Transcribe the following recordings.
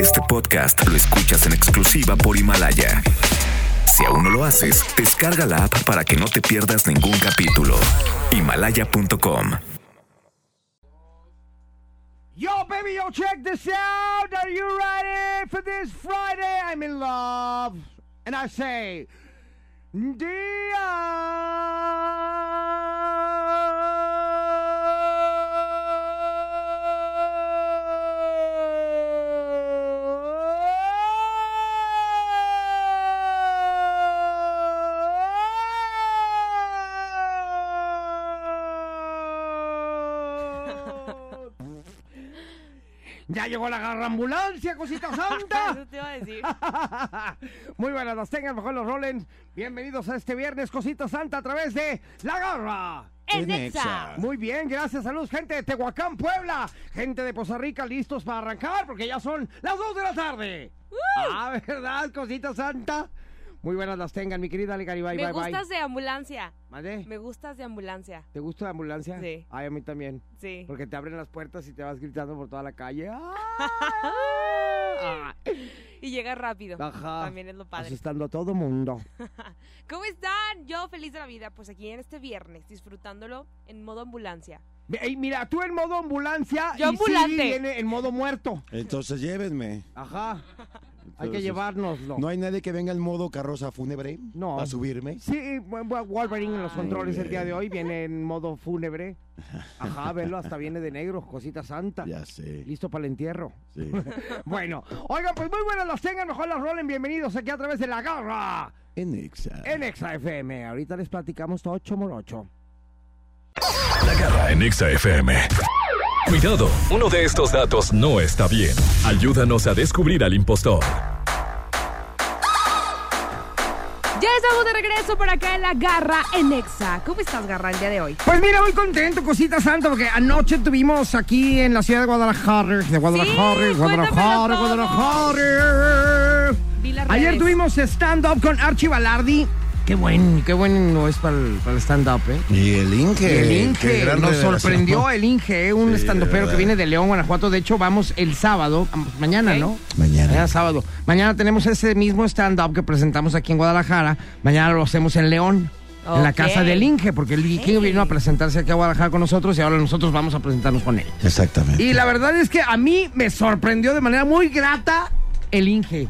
Este podcast lo escuchas en exclusiva por Himalaya. Si aún no lo haces, descarga la app para que no te pierdas ningún capítulo. Himalaya.com. Yo, baby, yo, check this out. Are you ready for this Friday? I'm in love. And I say, Dios. Ya llegó la garrambulancia, cosita santa. Eso te iba a decir. Muy buenas, las tengan, mejor los rolen. Bienvenidos a este viernes, cosita santa, a través de La Garra. Es Nexa. Muy bien, gracias. Saludos, gente de Tehuacán, Puebla. Gente de Poza Rica, listos para arrancar porque ya son las 2 de la tarde. Ah, ¿verdad, cosita santa? Muy buenas las tengan, mi querida Ale Garibay. Me bye, bye. gustas de ambulancia. Mande, Me gustas de ambulancia. ¿Te gusta la ambulancia? Sí. Ay, a mí también. Sí. Porque te abren las puertas y te vas gritando por toda la calle. ¡Ah! Y llegas rápido. Ajá. También es lo padre. Asustando a Pues todo mundo. ¿Cómo están? Yo feliz de la vida, pues aquí en este viernes, disfrutándolo en modo ambulancia. Ey, mira, tú en modo ambulancia Yo y Siri ambulante. viene en modo muerto. Entonces llévenme. Ajá. Hay que Entonces, llevárnoslo. ¿No hay nadie que venga en modo carroza fúnebre No. a subirme? Sí, bu- bu- Wolverine en los Ay. controles el día de hoy viene en modo fúnebre. Ajá, velo, hasta viene de negro, cosita santa. Ya sé. Listo para el entierro. Sí. Bueno, oigan, pues muy buenas las tengan, mejor las rolen. Bienvenidos aquí a través de la garra En Exa. en Exa FM. Ahorita les platicamos todo ocho morocho. en Exa FM. Cuidado, uno de estos datos no está bien. Ayúdanos a descubrir al impostor. Ya estamos de regreso por acá en la Garra en Exa. ¿Cómo estás, Garra, el día de hoy? Pues mira, muy contento, cosita santa, porque anoche tuvimos aquí en la ciudad de Guadalajara, de Guadalajara, Sí, Guadalajara, cuéntamelo Guadalajara. Vi las Ayer redes. tuvimos stand-up con Archie Balardi. Qué buen, qué bueno es para el, para el stand-up, ¿eh? Y el Inge. El qué Inge, gran nos revelación. sorprendió el Inge, ¿eh? un Sí, estandopero que verdad. viene de León, Guanajuato. De hecho, vamos el sábado, vamos, mañana, Ok. ¿no? Mañana Mañana. sábado. Mañana tenemos ese mismo stand-up que presentamos aquí en Guadalajara. Mañana lo hacemos en León. En la Ok. casa del Inge, porque el vikingo Hey. vino a presentarse aquí a Guadalajara con nosotros y ahora nosotros vamos a presentarnos con él. Exactamente. Y la verdad es que a mí me sorprendió de manera muy grata el Inge.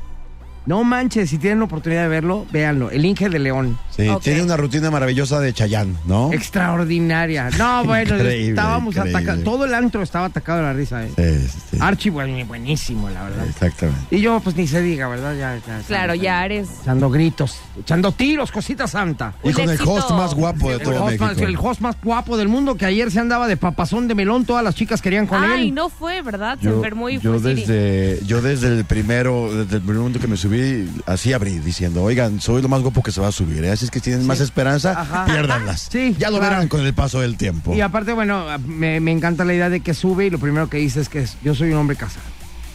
No manches, si tienen la oportunidad de verlo, véanlo. El Inge de León. Sí, Ok. tiene una rutina maravillosa de Chayán, ¿no? Extraordinaria. No, bueno, Increíble, estábamos increíble. atacados. Todo el antro estaba atacado de la risa. ¿eh? Sí, sí, sí. Archie, bueno, buenísimo, la verdad. Este, Exactamente. Y yo, pues ni se diga, ¿verdad? Ya, Claro, ya. ya eres. Echando gritos, echando tiros, cosita santa. Y con el éxito. host más guapo de El todo host, México. más, el host más guapo del mundo que ayer se andaba de papazón de melón, todas las chicas querían con Ay, él. no fue, ¿verdad? Se Yo, enfermó y yo fue Siri. desde, yo desde el primero, desde el primer momento que me subí, así abrí, diciendo, oigan, soy lo más guapo que se va a subir, ¿eh? así es que si tienen más esperanza, Ajá. piérdanlas. Sí, ya lo claro. verán con el paso del tiempo. Y aparte, bueno, me, me encanta la idea de que sube y lo primero que dice es que es, yo soy un hombre casado.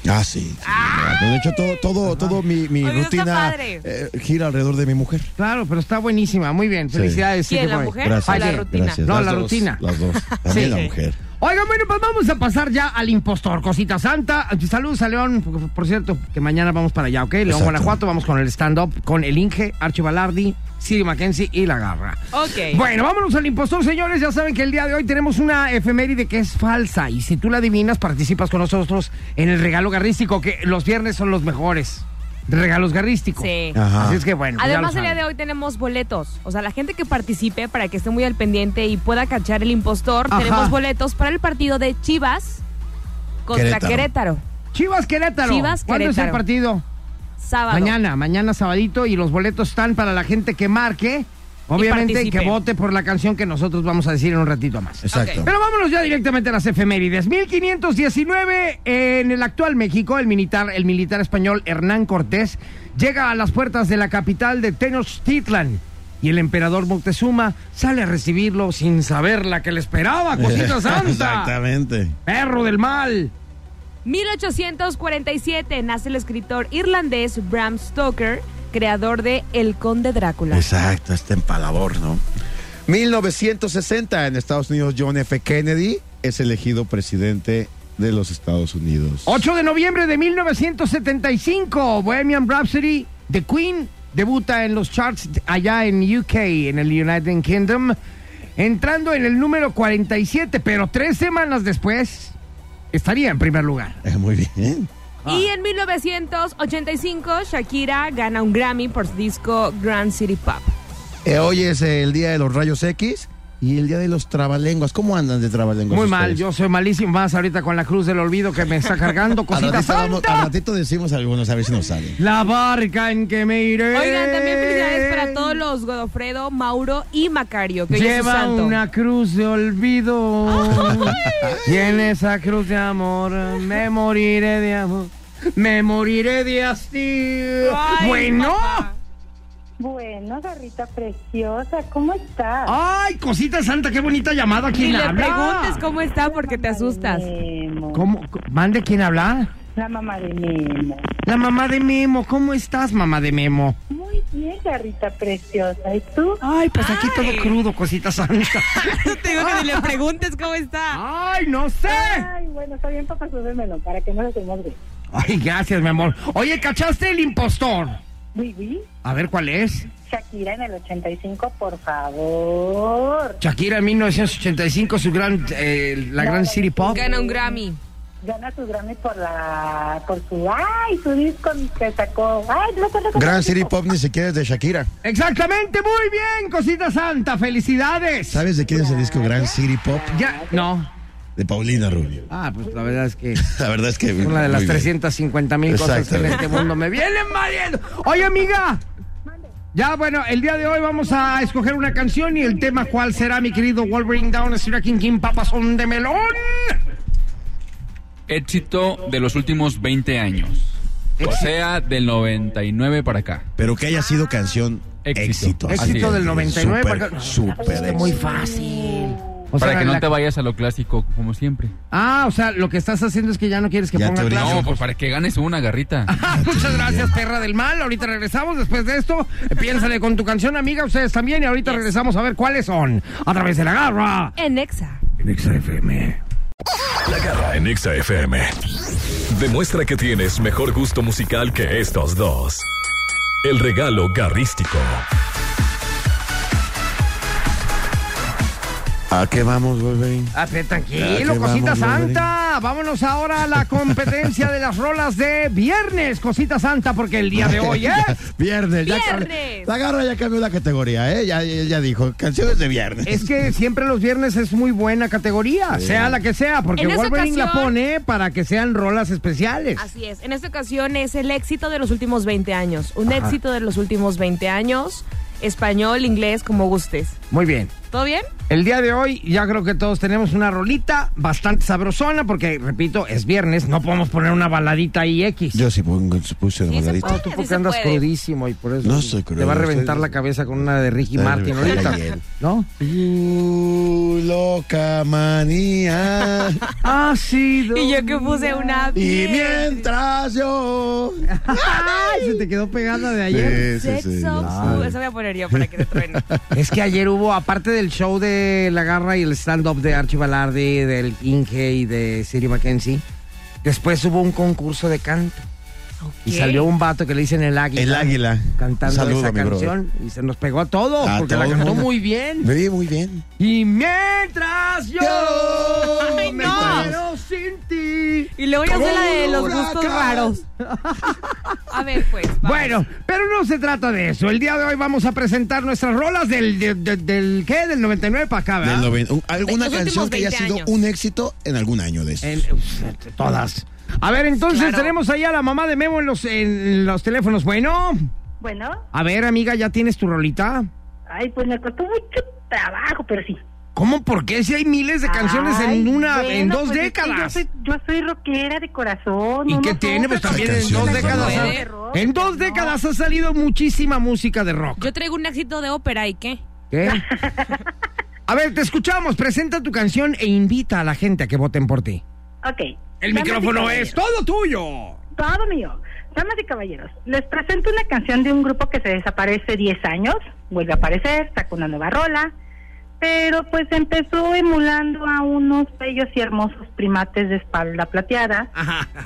Ah, sí. sí, de hecho, todo, todo, todo mi, mi Oye, está rutina padre. eh, gira alrededor de mi mujer. Claro, pero está buenísima, muy bien. Sí. Felicidades. ¿Quién, Silvio la Boy. mujer? Gracias, Oye, la rutina. Gracias. No, Las la dos, rutina. Las dos. También Sí. la mujer. Oigan, bueno, pues vamos a pasar ya al impostor, cosita santa. Saludos a León, por- por cierto, que mañana vamos para allá, ¿ok? León, Exacto. Guanajuato, vamos con el stand-up, con el Inge, Archie Balardi, Siri Mackenzie y La Garra. Ok. Bueno, vámonos al impostor, señores. Ya saben que el día de hoy tenemos una efeméride que es falsa. Y si tú la adivinas, participas con nosotros en el regalo garrístico, que los viernes son los mejores. Regalos garrísticos. Sí. Ajá. Así es que bueno. pues ya Además, lo el día saben. de hoy tenemos boletos. O sea, la gente que participe para que esté muy al pendiente y pueda cachar el impostor, Ajá. tenemos boletos para el partido de Chivas contra Querétaro. Querétaro. Chivas Querétaro. Chivas ¿Cuándo es el Querétaro. partido? Sábado. Mañana, mañana sabadito y los boletos están para la gente que marque, obviamente y que participe. vote por la canción que nosotros vamos a decir en un ratito más. Exacto. Pero vámonos ya directamente a las efemérides. 1519 en el actual México, el militar, el militar español Hernán Cortés llega a las puertas de la capital de Tenochtitlan y el emperador Moctezuma sale a recibirlo sin saber la que le esperaba, cosita santa. Exactamente. Perro del mal. 1847 nace el escritor irlandés Bram Stoker, creador de El Conde Drácula. Exacto, este empalador, ¿no? 1960 en Estados Unidos, John F. Kennedy es elegido presidente de los Estados Unidos. 8 de noviembre de 1975, Bohemian Rhapsody, The Queen, debuta en los charts allá en UK, en el United Kingdom, entrando en el número 47, pero tres semanas después estaría en primer lugar. Eh, Muy bien. ah. Y en 1985, Shakira gana un Grammy por su disco Grand City Pop. Eh, hoy es el día de los rayos X y el día de los trabalenguas. ¿Cómo andan de trabalenguas? Muy mal, Pues ustedes? yo soy malísimo, más ahorita con la cruz del olvido que me está cargando Al cositas ratito, vamos- santas. al ratito decimos algunos, a ver si nos salen. La barca en que me iré. Oigan, también felicidades para todos los Godofredo, Mauro y Macario, que hoy es su Lleva santo. una cruz de olvido. Y en esa cruz de amor me moriré de amor. Me moriré de hastío. Ay, bueno. papá. Bueno, garrita preciosa, ¿cómo estás? Ay, cosita santa, qué bonita llamada. Ni ¿Quién le habla? preguntes cómo está porque te asustas. Memo, ¿Cómo? ¿Mande quién habla? La mamá de Memo. La mamá de Memo. ¿Cómo estás, mamá de Memo? Muy bien, garrita preciosa. ¿Y tú? Ay, pues aquí todo crudo, cosita santa. Te digo que ni le preguntes cómo está. Ay, no sé. Ay, bueno, está bien, papá, súbemelo, para que no lo tengamos de... Ay, gracias, mi amor. Oye, ¿cachaste el impostor? Uy, uy, A ver cuál es. Shakira en el 85, por favor. Shakira en 1985, su gran, eh, la gran City Pop. Gana un Grammy. Gana su Grammy por la... por su... Ay, su disco que sacó. Ay, no sé lo que- Gran City Pop ni siquiera es de Shakira. Exactamente, muy bien, cosita santa, felicidades. ¿Sabes de quién es el disco Gran City Pop? Ya, no. De Paulina Rubio. Ah, pues la verdad es que La verdad es que. es una de las muy bien. 350 mil cosas que en Exactamente. este mundo me vienen valiendo. Oye, amiga. Ya, bueno, el día de hoy vamos a escoger una canción y el tema cuál será, mi querido Wolverine Down, Sir King King, papasón de melón. éxito de los últimos 20 años. O sea, del 99 para acá. Pero que haya sido canción Éxito. éxito. Así Éxito es. del 99. Súper, porque- súper Está muy éxito. fácil. O Para sea, que no la- te vayas a lo clásico, como siempre. Ah, o sea, lo que estás haciendo es que ya no quieres que Ya ponga te clase. Clásico. No, pues para que ganes una garrita. Ah, Muchas gracias, perra del mal. Ahorita regresamos después de esto. Eh, Piénsale con tu canción, amiga, ustedes también. Y ahorita regresamos a ver cuáles son. A través de la garra. En Exa. En XFM. La garra en Exa FM. Demuestra que tienes mejor gusto musical que estos dos. El regalo garrístico. ¿A qué vamos, Wolverine? Ah, pero Ya tranquilo, que cosita vamos, santa. Vámonos ahora a la competencia de las rolas de viernes, cosita santa, porque el día de hoy Ya, es. Viernes, ya Viernes. cambió- La garra ya cambió la categoría, ¿eh? Ya, ya, ya dijo, canciones de viernes. Es que siempre los viernes es muy buena categoría, sea la que sea, porque En esa Wolverine la ocasión- pone para que sean rolas especiales. Así es. En esta ocasión es el éxito de los últimos 20 años. Un éxito de los últimos 20 años. Español, inglés, como gustes. Muy bien. ¿Todo bien? El día de hoy ya creo que todos tenemos una rolita bastante sabrosona porque, repito, es viernes, no podemos poner una baladita ahí X. Yo sí pongo- puse una Sí, se baladita. No, tú Sí porque se andas puede. crudísimo y por eso No estoy te crudo, va a reventar estoy- la cabeza con una de Ricky estoy Martin reventando ahorita. ayer. ¿No? Uh, loca manía. Ha sido... Y yo que puse una. y bien. mientras yo. ¡Ay! Se te quedó pegada de ayer. Sexo. Uh, eso voy a poner yo para que te truene. Es que ayer hubo, aparte del show de La Garra y el stand-up de Archie Balardi, del Inge y de Siri Mackenzie, después hubo un concurso de canto. Y Ok. salió un vato que le dicen el águila. El águila. Cantando Saludo, esa mi brother. canción. Y se nos pegó a todos A porque todo la el cantó mundo. muy bien. Sí, muy bien. Y mientras yo Yo me no. quedo sin ti. Y luego ya sé la de los Todo gustos huracán. raros. A ver, pues. vamos. Bueno, pero no se trata de eso. El día de hoy vamos a presentar nuestras rolas del, de- de- del ¿qué? Del 99 para acá, ¿verdad? Del noven- un- alguna De los canción últimos que haya 20 sido años. un éxito en algún año de esos. El- uf, todas. A ver, entonces Claro. tenemos ahí a la mamá de Memo en los, en los teléfonos. Bueno, Bueno, a ver, amiga, ¿ya tienes tu rolita? ay, pues me costó mucho trabajo, pero sí. ¿Cómo? ¿Por qué? Si hay miles de canciones Ay, en una, en bueno, dos pues es que décadas. Yo soy, yo soy rockera de corazón. ¿Y uno qué sufre tiene? Pues con también en canciones dos de décadas. rock. ha- De rock, En dos no. décadas ha salido muchísima música de rock. Yo traigo un éxito de ópera y qué. ¿Qué? A ver, te escuchamos. Presenta tu canción e invita a la gente a que voten por ti. Ok. El Damas y micrófono caballeros, es todo tuyo. Todo mío. Damas y caballeros, les presento una canción de un grupo que se desaparece 10 años, vuelve a aparecer, saca una nueva rola, pero pues empezó emulando a unos bellos y hermosos primates de espalda plateada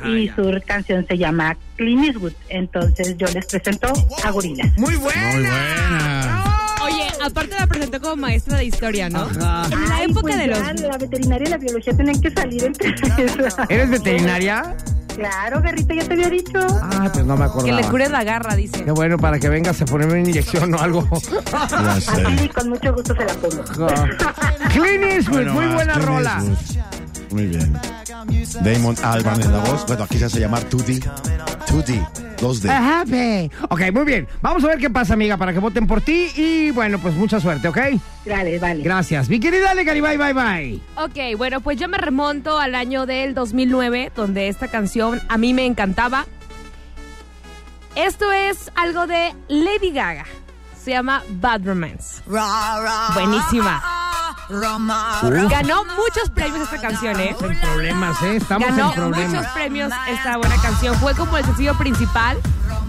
y su canción se llama Clint Eastwood. Entonces yo les presento a Gorila. Muy buena. Muy buena. Oye, aparte la presentó como maestra de historia, ¿no? En la época de los... pues La veterinaria y la biología tienen que salir entre ¿Eres veterinaria? Claro, Guerrita, ya te había dicho. Ah, pues no me acordaba. Que le cures la garra, dice. Qué bueno para que vengas a ponerme una inyección o algo. Ya sé. Así con mucho gusto se la pongo. Clint Eastwood, Bueno, muy más, buena Clint rola. Eastwood. Muy bien. Damon Alban en la voz. Bueno, aquí se hace llamar 2D. 2D. 2D. Ajá, ve. Ok, muy bien. Vamos a ver qué pasa, amiga, para que voten por ti. Y bueno, pues mucha suerte, ¿ok? Vale, vale. Gracias. Mi querida Ale Cari, bye, bye, bye. Ok, bueno, pues yo me remonto al año del 2009, donde esta canción a mí me encantaba. Esto es algo de Lady Gaga. Se llama Bad Romance. Buenísima. Ganó muchos premios esta canción, ¿eh? En problemas, ¿eh? Estamos Ganó en problemas. muchos premios esta buena canción. Fue como el sencillo principal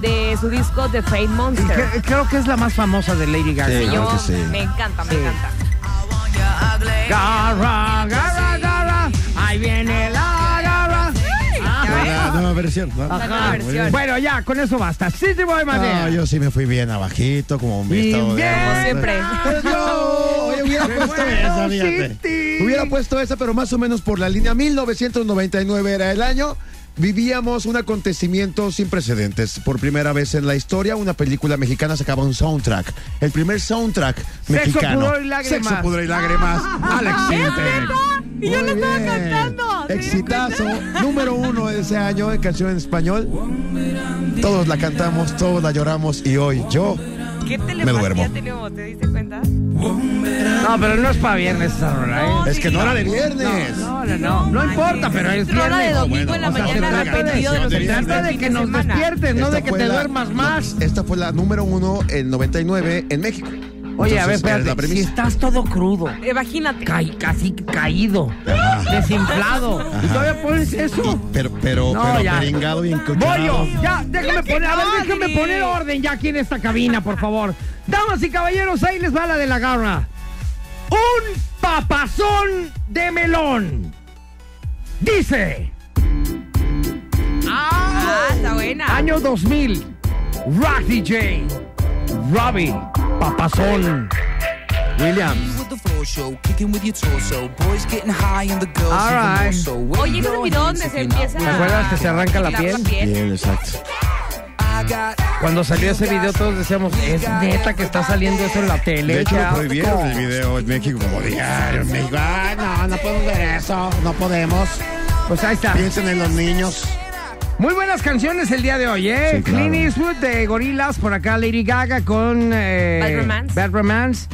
de su disco The Fate Monster. Cre- Creo que es la más famosa de Lady Gaga. Sí, ¿no? Yo Claro que sí. me encanta, me Sí. encanta. Garra, garra, garra. Ahí viene la garra. Nueva, nueva versión, ¿no? Ah, nueva Muy bien. versión. Bueno, ya, con eso basta. City Boy No, Madera. yo sí me fui bien abajito, como un visto. Bien, siempre. Pues Yo, oye, hubiera Me puesto muero esa, sin fíjate. ti. Hubiera puesto esa, pero más o menos por la línea. 1999 era el año. Vivíamos un acontecimiento sin precedentes. Por primera vez en la historia, una película mexicana sacaba un soundtrack. El primer soundtrack mexicano. pudor y lágrimas. Ah. Sexo, pudor y lágrimas. Alex Sintek. Y yo Muy la estaba bien. cantando. ¿se dieron Exitazo, número uno de ese año en canción en español. Todos la cantamos, todos la lloramos y hoy yo ¿Qué Me duermo. telepatía tenemos? ¿Te diste cuenta? No, pero no es para viernes esa rola, ¿eh? No, Es que no era de viernes. No, no, no. No importa, Ah, pero es Entró la de viernes. domingo en la o sea, se mañana trata de- repetido de los se trata extras del Trata de fin que nos semana. despiertes, no Esta de que fue te la- duermas más. Esta fue la número uno en 99 en México. Oye, a ver, Entonces, era la espérate. Si premisa. estás todo crudo, Imagínate. cai- casi caído, Ajá. desinflado, y todavía pones eso. Pero, pero, No, pero ya. peringado y encochonado. Bollo, ya, déjame que poner, a no, ver, déjame Adri. poner orden ya aquí en esta cabina, por favor. Damas y caballeros, ahí les va la de la garra. Un papazón de melón. Dice, Ah, está buena. año 2000, Rock DJ, Robbie, papazón. Williams. with the floor show, kicking with your torso, boys getting high and the girls All even more right. so. Wave Oye, ¿qué your video hands donde if se you're not empieza ¿Te acuerdas que se arranca la quitar piel? Bien, exacto. I got Cuando salió ese video todos decíamos, es neta que está saliendo eso en la tele. De hecho, ya". lo prohibieron el video en México como diario en México. Ah, no, no podemos ver eso, no podemos. Pues ahí está. Piensen en los niños. Muy buenas canciones el día de hoy, ¿eh? Sí, claro. Clint Eastwood de Gorilas, por acá Lady Gaga con... eh, Bad Romance. Bad Romance.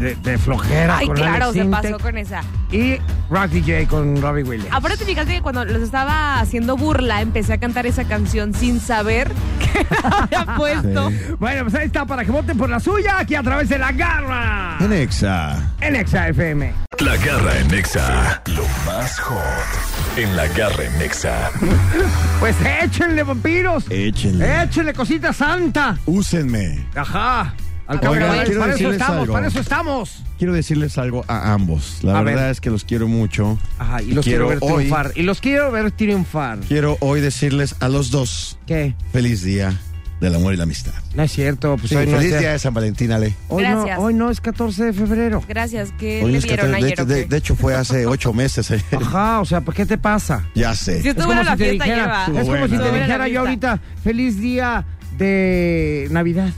De, de flojera. Ay, con claro, Alex se Sintek. pasó con esa. Y Rock DJ con Robbie Williams. Aparte, fíjate que cuando los estaba haciendo burla, empecé a cantar esa canción sin saber que la había puesto. Bueno, pues ahí está, para que voten por la suya, aquí a través de La Garra. En Exa. En XFM. La garra en Nexa. Lo más hot en la garra en Nexa. Pues échenle, vampiros. Échenle. Échenle, cosita santa. Úsenme. Ajá. Al cabo, Oigan, quiero para eso decirles estamos, algo. para eso estamos. Quiero decirles algo a ambos. La A verdad ver. es que los quiero mucho. Ajá, y los quiero, ver hoy, triunfar. Y los quiero ver triunfar. Quiero hoy decirles a los dos ¿Qué? feliz día del amor y la amistad. No es cierto. Pues Sí, hoy no es feliz día- día de San Valentín, Ale. Hoy no, Gracias. hoy no es 14 de febrero. Gracias, que Hoy le es dieron 14 de- ayer. o de, qué? de hecho, fue hace ocho meses. eh. Ajá, o sea, ¿por qué te pasa? Ya Sí, sé. estuvo buena la fiesta, lleva. es como si buena. te Estuvo buena dijera la yo fiesta. ahorita, feliz día de Navidad.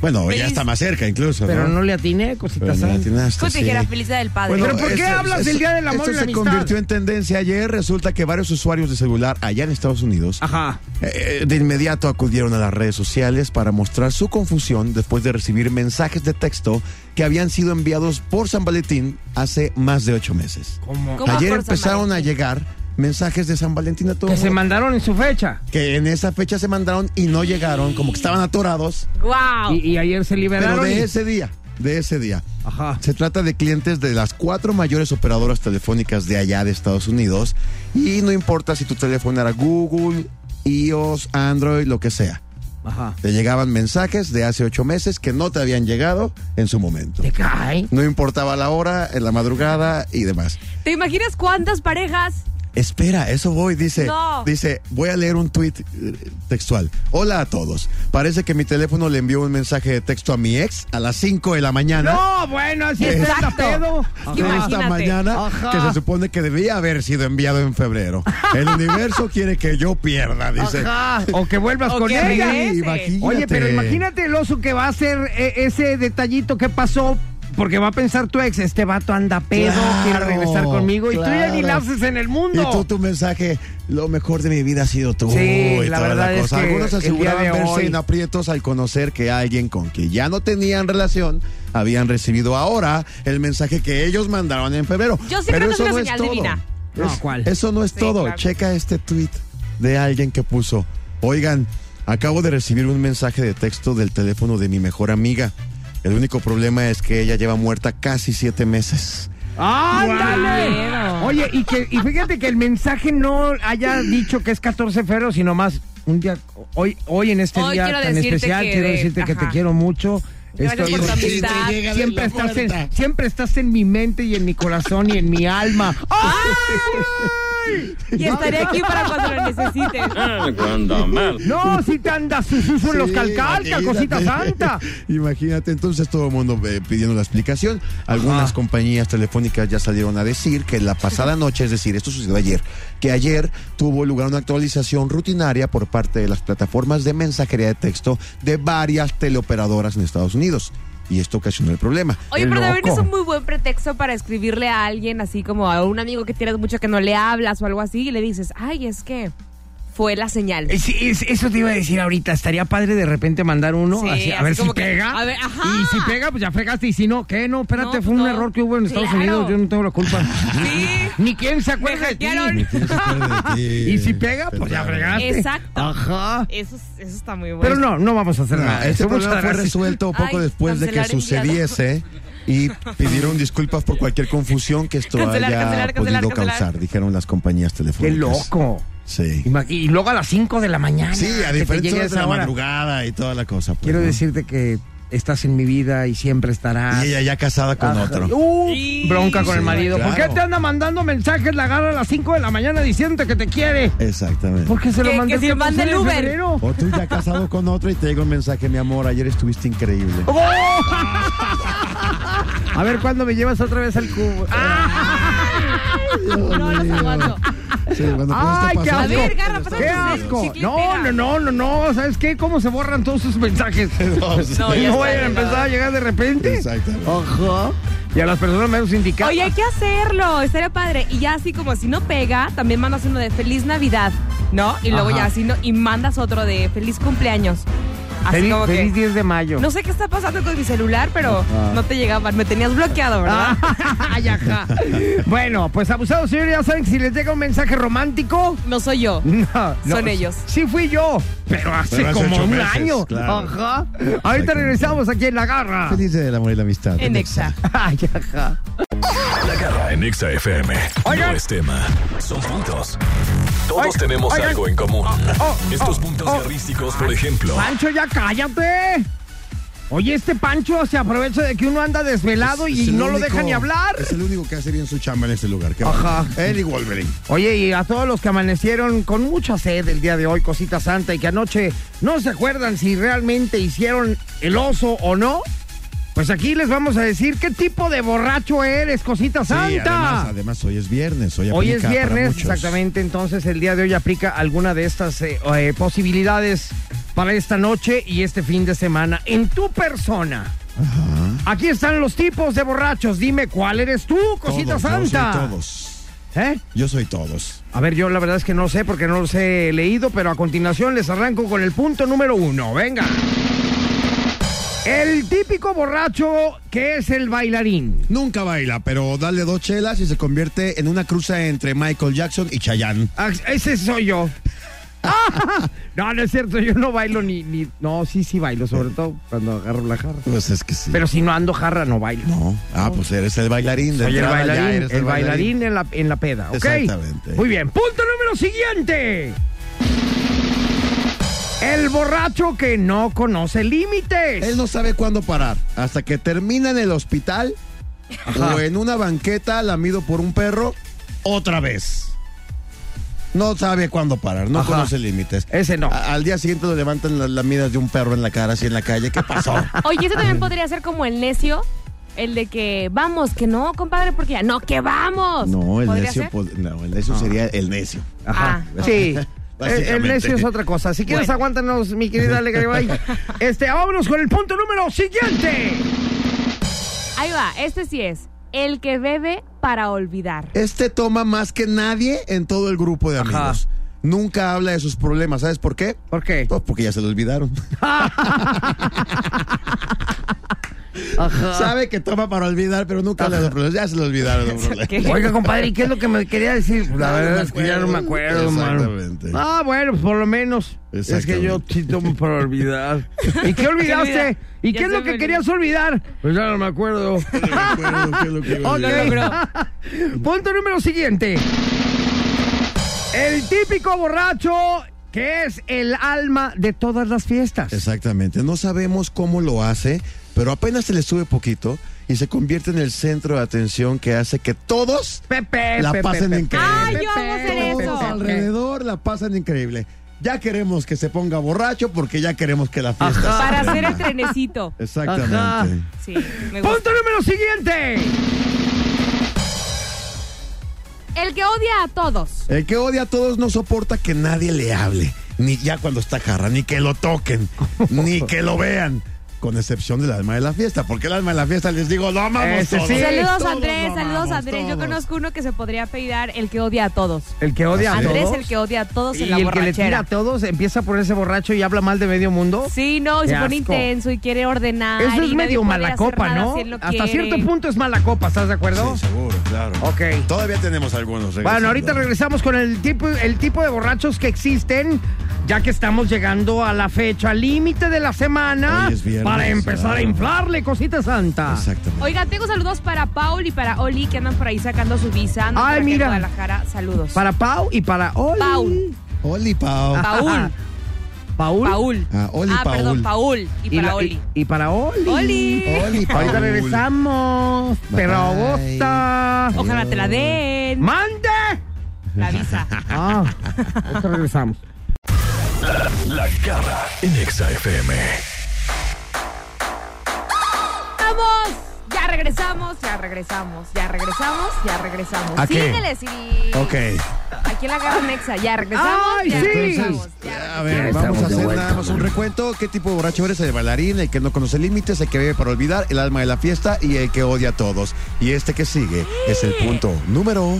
Bueno, ya Feliz- está más cerca incluso. Pero no le atiné, cosita Pero no santa. atinaste, Como si sí. Pues dijera feliz día del padre. Bueno, ¿Pero por qué hablas del Día del Amor esto y la se Amistad? convirtió en tendencia ayer. Resulta que varios usuarios de celular allá en Estados Unidos Ajá. eh, eh, de inmediato acudieron a las redes sociales para mostrar su confusión después de recibir mensajes de texto que habían sido enviados por San Valentín hace más de ocho meses. Como ¿Cómo Ayer por San empezaron a Valentín? llegar mensajes de San Valentín a todo que se mundo, mandaron en su fecha. que en esa fecha se mandaron y no llegaron, como que estaban atorados, ¡Wow! Y, y ayer se liberaron. pero y- de ese día, de ese día. Ajá. Se trata de clientes de las cuatro mayores operadoras telefónicas de allá de Estados Unidos y no importa si tu teléfono era Google, iOS, Android, lo que sea. Ajá. Te llegaban mensajes de hace ocho meses que no te habían llegado en su momento. Te cae. No importaba la hora, en la madrugada y demás. ¿Te imaginas cuántas parejas? Espera, eso voy, dice. No. Dice, voy a leer un tuit eh, textual. Hola a todos. Parece que mi teléfono le envió un mensaje de texto a mi ex a las 5 de la mañana. No, bueno, si está Exacto. pedo. Es que de imagínate. esta mañana Ajá. que se supone que debía haber sido enviado en febrero. El universo quiere que yo pierda, dice. Ajá. O que vuelvas O con que ella. regrese. Sí, imagínate. Oye, pero imagínate el oso que va a hacer eh, ese detallito que pasó. Porque va a pensar tu ex, este vato anda pedo, Claro, quiere regresar conmigo. Y tú ya ni claro. la haces en el Y mundo. tú, tu mensaje, lo mejor de mi vida ha sido tú. Sí, y la toda verdad es cosa. que Algunos el día aseguraban de verse hoy- en aprietos al conocer que alguien con quien ya no tenían relación habían recibido ahora el mensaje que ellos mandaron en febrero. Yo sí creo Pero que es eso una no señal todo. divina. No, pues, ¿cuál? Eso no es Sí, todo. claro. Checa este tweet de alguien que puso: Oigan, acabo de recibir un mensaje de texto del teléfono de mi mejor amiga. El único problema es que ella lleva muerta casi siete meses. ¡Ándale! Guau. Oye, y, que, y fíjate que el mensaje no haya dicho que es 14 de febrero, sino más un día, hoy, hoy en este Hoy día quiero tan decirte especial, que quiero de- decirte que te ajá. quiero mucho. Gracias Estoy por tu contigo. amistad. Siempre estás, en, siempre estás en mi mente y en mi corazón y en mi alma. ¡Ay! Y estaré aquí para cuando lo necesites. No, si te andas sus sus- Pues los Sí, calcalca, imagínate. cosita santa. Imagínate, entonces todo el mundo eh, pidiendo la explicación. Algunas compañías telefónicas ya salieron a decir que la pasada noche, es decir, esto sucedió ayer, que ayer tuvo lugar una actualización rutinaria por parte de las plataformas de mensajería de texto de varias teleoperadoras en Estados Unidos. Y esto ocasionó el problema. Oye, Qué pero también loco. es un muy buen pretexto para escribirle a alguien, así como a un amigo que tienes mucho que no le hablas o algo así, y le dices, ay, es que fue la señal. Eh, sí, es- eso te iba a decir ahorita. Estaría padre de repente mandar uno Sí, así, a así ver si como que- pega. a ver, ajá. Y si pega, pues ya fregaste. Y si no, ¿qué? No, espérate, No, fue un no. error que hubo en Estados Claro. Unidos. Yo no tengo la culpa. Sí. Ni quién se acuerda Me de ti. hackearon. Ni quién Y si pega, pues ya fregaste. Exacto. Ajá. Eso, es- eso está muy bueno. Pero no, no vamos a hacer No, nada. este Muchas problema fue gracias. resuelto poco Ay, después de que cancelar enviado. sucediese y pidieron disculpas por cualquier confusión que esto Cancelar, haya cancelar, podido cancelar, cancelar. causar, dijeron las compañías Qué telefónicas. loco. Sí. Ima- Y luego a las 5 de la mañana. Sí, a que te diferentes llegue horas de esa la hora. madrugada y toda la cosa. pues, Quiero ¿no? decirte que estás en mi vida y siempre estarás. Y ella ya casada con Ajá. otro. Uh, Sí. bronca con el Sí, marido. claro. ¿Por qué te anda mandando mensajes la agarra a las 5 de la mañana diciéndote que te quiere? Exactamente. ¿Por qué se lo Que- mandó que si el 14 manda el de Uber. febrero? O tú ya casado con otro y te llega un mensaje, mi amor, ayer estuviste increíble. Oh. A ver, ¿cuándo me llevas otra vez al Ah, cubo? Ah, No los aguanto. Sí, bueno, pues, ¡Ay, esto qué asco! pasó. A ver, garra, pásame ¡Qué tu asco! chiclitera. No, no, no, no, no. ¿Sabes qué? ¿Cómo se borran todos sus mensajes? No, sí. No, ya está no vayan a arreglado. empezar a llegar de repente. Exactamente. Ajá. Y a las personas menos indicadas. Oye, hay que hacerlo, estaría padre. Y ya así como si no pega, también mandas uno de Feliz Navidad, ¿no? Y luego Ajá. ya así no, y mandas otro de Feliz Cumpleaños. Así feliz, como feliz que. 10 de mayo. No sé qué está pasando con mi celular, pero no te llegaban. Me tenías bloqueado, ¿verdad? Ay, ajá. Bueno, pues abusados, señores, ya saben que si les llega un mensaje romántico, No soy yo. no, no. Son ellos. Sí fui yo, pero hace Pero hace como ocho un meses, año. claro. Ajá. Ahorita regresamos aquí en La Garra. Feliz día del amor y la amistad. En Exa. Ay, ajá. La garra en Exa FM. Oigan. No es tema, son puntos. Todos Oigan, tenemos oigan. algo en común. oh, Estos oh, puntos oh. garrísticos, por ejemplo. Pancho, ya cállate. Oye, este Pancho se aprovecha de que uno anda desvelado Es- y es el no lo único- deja ni hablar. Es el único que hace bien su chamba en este lugar. qué Ajá. bárbaro. Él y Wolverine. Oye, y a todos los que amanecieron con mucha sed el día de hoy, cosita santa, y que anoche no se acuerdan si realmente hicieron el oso o no, pues aquí les vamos a decir qué tipo de borracho eres, cosita santa. Sí, además, además, hoy es viernes. Hoy, Hoy es aplica para viernes, muchos. exactamente, entonces el día de hoy aplica alguna de estas eh, eh, posibilidades para esta noche y este fin de semana en tu persona. Aquí están los tipos de borrachos, dime cuál eres tú, cosita Todos, santa. Yo soy todos. ¿Eh? Yo soy todos. A ver, yo la verdad es que no sé porque no los he leído, pero a continuación les arranco con el punto número uno. Venga. El típico borracho que es el bailarín. Nunca baila, pero dale dos chelas y se convierte en una cruza entre Michael Jackson y Chayanne. Ah, Ese soy yo. No, no es cierto, yo no bailo ni, ni... No, sí, sí bailo, sobre todo cuando agarro la jarra. Pues es que sí. Pero si no ando jarra, no bailo. no. Ah, pues eres el bailarín. De Soy el entrada ya bailarín, eres el bailarín en la, en la peda, ¿ok? Exactamente. Muy bien, punto número siguiente. El El borracho que no conoce límites. Él no sabe cuándo parar. Hasta que termina en el hospital o en una banqueta lamido por un perro otra vez. No sabe cuándo parar, no Ajá. conoce límites. Ese no. A- al día siguiente lo levantan las lamidas de un perro en la cara, así en la calle. ¿Qué pasó? Oye, ese también podría ser como el necio, el de que vamos, que no, compadre, porque ya no, que vamos. no, el ¿Podría necio, ser? pod- no, el Ah. necio sería el necio. Ajá. Ah, sí. Eh, El, Básicamente. el necio es otra cosa. Si quieres, aguántanos, mi querida Alegre Este, vámonos con el punto número siguiente. Ahí va, este sí es. El que bebe para olvidar. Este toma más que nadie en todo el grupo de Ajá. amigos. Nunca habla de sus problemas, ¿sabes por qué? ¿Por qué? Pues porque ya se lo olvidaron. Ah. Sabe que toma para olvidar, pero nunca habla de los problemas. Ya se lo olvidaron. los problemas. Oiga, compadre, ¿y qué es lo que me quería decir? La No, no verdad me es que ya acuerdo. no me acuerdo, mano. Exactamente. Ah, bueno, pues por lo menos. Es que Exactamente. yo sí tomo para olvidar. ¿Y qué olvidaste? ¿Y Ya qué es se lo me que olvidó. querías olvidar? Pues ya no me acuerdo. Ok. Punto número siguiente. El típico borracho que es el alma de todas las fiestas. Exactamente. No sabemos cómo lo hace, pero apenas se le sube poquito y se convierte en el centro de atención que hace que todos Pepe, la Pepe, pasen Pepe, increíble. Ay, yo amo hacer Pepe, eso. Todos Pepe. alrededor la pasan increíble. Ya queremos que se ponga borracho porque ya queremos que la fiesta. Ajá. se Para hacer el prenda. trenecito. Exactamente. Ajá. Sí, me gusta. Punto número siguiente. El que odia a todos. El que odia a todos no soporta que nadie le hable, ni ya cuando está jarra, ni que lo toquen, ni que lo vean, con excepción del alma de la fiesta, porque el alma de la fiesta les digo, lo amamos Ese todos. Este, sí. Saludos, Todos Andrés. lo Saludos, amamos, Andrés. Yo todos. conozco uno que se podría pedir el que odia a todos. El que odia a Andrés, todos. el que odia a todos en y la el que le tira a borrachera. todos empieza a ponerse borracho y habla mal de medio mundo. Sí, no, y Qué se pone asco. intenso y quiere ordenar. Eso y es nadie medio puede mala hacer copa, nada ¿no? si él Hasta quiere. cierto punto es mala copa, ¿estás de acuerdo? Sí, seguro, claro. Ok. Todavía tenemos algunos. Bueno, ahorita regresando. regresamos con el tipo, el tipo de borrachos que existen, ya que estamos llegando a la fecha límite de la semana Hoy es viernes, para empezar a claro. inflarle cosita santa. Exactamente. Oiga, tengo saludos para Paul y para Oli que andan por ahí sacando su visa. andan por Ay, aquí en mira. Guadalajara, saludos. Para Pau y para Oli. Paul. Oli Pao. Ah, Paul. Paul. Paul. Ah, Oli, Ah, perdón, Paul. Paul. Y Y, para la- Oli. y- y para Oli. Oli. Oli Paul. Ahorita regresamos. Bye. Pero gusta. Ojalá te la den. ¡Mande! La visa. Ah, ahorita regresamos. La garra en Exa FM. ¡Vamos! Ya regresamos, ya regresamos, ya regresamos, ya regresamos. ¿A qué? Síguele, sí. Ok. Aquí en la garra Nexa, ya regresamos. Ay, ya sí. regresamos, ya A ver, Ya vamos estamos a de hacer vuelta, nada más un mano. recuento. ¿Qué tipo de borracho eres? El bailarín, el que no conoce límites, el que bebe para olvidar, el alma de la fiesta y el que odia a todos. Y este que sigue es el punto número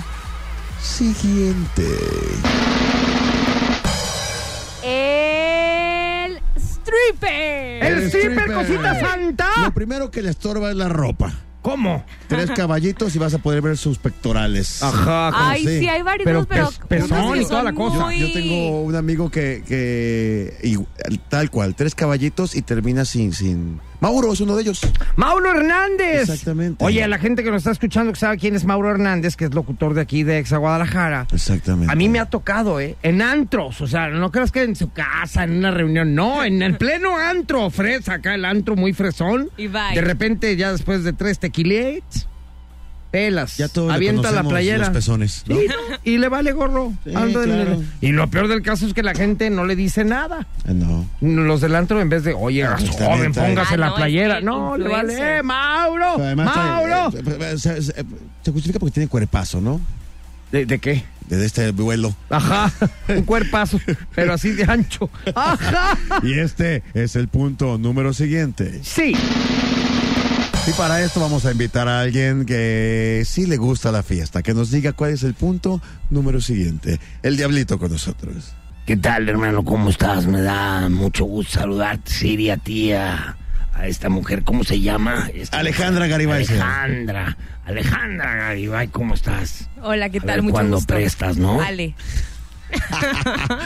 siguiente. El stripper. El El stripper, stripper. cosita Lo santa. primero que le estorba es la ropa. ¿Cómo? Tres caballitos y vas a poder ver sus pectorales. Ajá. Ay, sí. sí, hay varios, Pero pero, pero pez- pezón unos que y toda son la cosa. muy- Yo tengo un amigo que, que y- tal cual, tres caballitos y termina sin, sin. Mauro es uno de ellos. Mauro Hernández. Exactamente. Oye, a la gente que nos está escuchando que sabe quién es Mauro Hernández, que es locutor de aquí de Exa Guadalajara. Exactamente. A mí me ha tocado, ¿eh? En antros, o sea, no creas que en su casa, en una reunión, no, en el pleno antro, fresa, acá el antro muy fresón. Y bye. De repente, ya después de tres tequiletes, pelas, Ya todos le avienta la conocemos playera. los pezones, ¿no? Sí, y le vale gorro. Sí, Ando en el- claro. Y lo peor del caso es que la gente no le dice nada. Ah, No. Los del antro, en vez de, oye, Ah, pues, joven, también trae- póngase Ah, la no, es playera. que No, le vale, influencer. ¡Eh, Mauro, Pero además trae- Mauro. eh, eh, eh, se, se- se justifica porque tiene cuerpazo, ¿no? eh. ¿De, de qué? Desde este vuelo. Ajá, un cuerpazo, pero así de ancho. Ajá. Y este es el punto número siguiente. Sí, Y para esto vamos a invitar a alguien que sí le gusta la fiesta, que nos diga cuál es el punto número siguiente. El diablito con nosotros. ¿Qué tal, hermano? ¿Cómo estás? Me da mucho gusto saludarte, Siri, a ti, a, a esta mujer. ¿Cómo se llama? Esta Alejandra Garibay. mujer. Alejandra. Alejandra Garibay, ¿cómo estás? Hola, ¿qué A tal? ver, Mucho ¿cuándo gusto. prestas, no? Vale.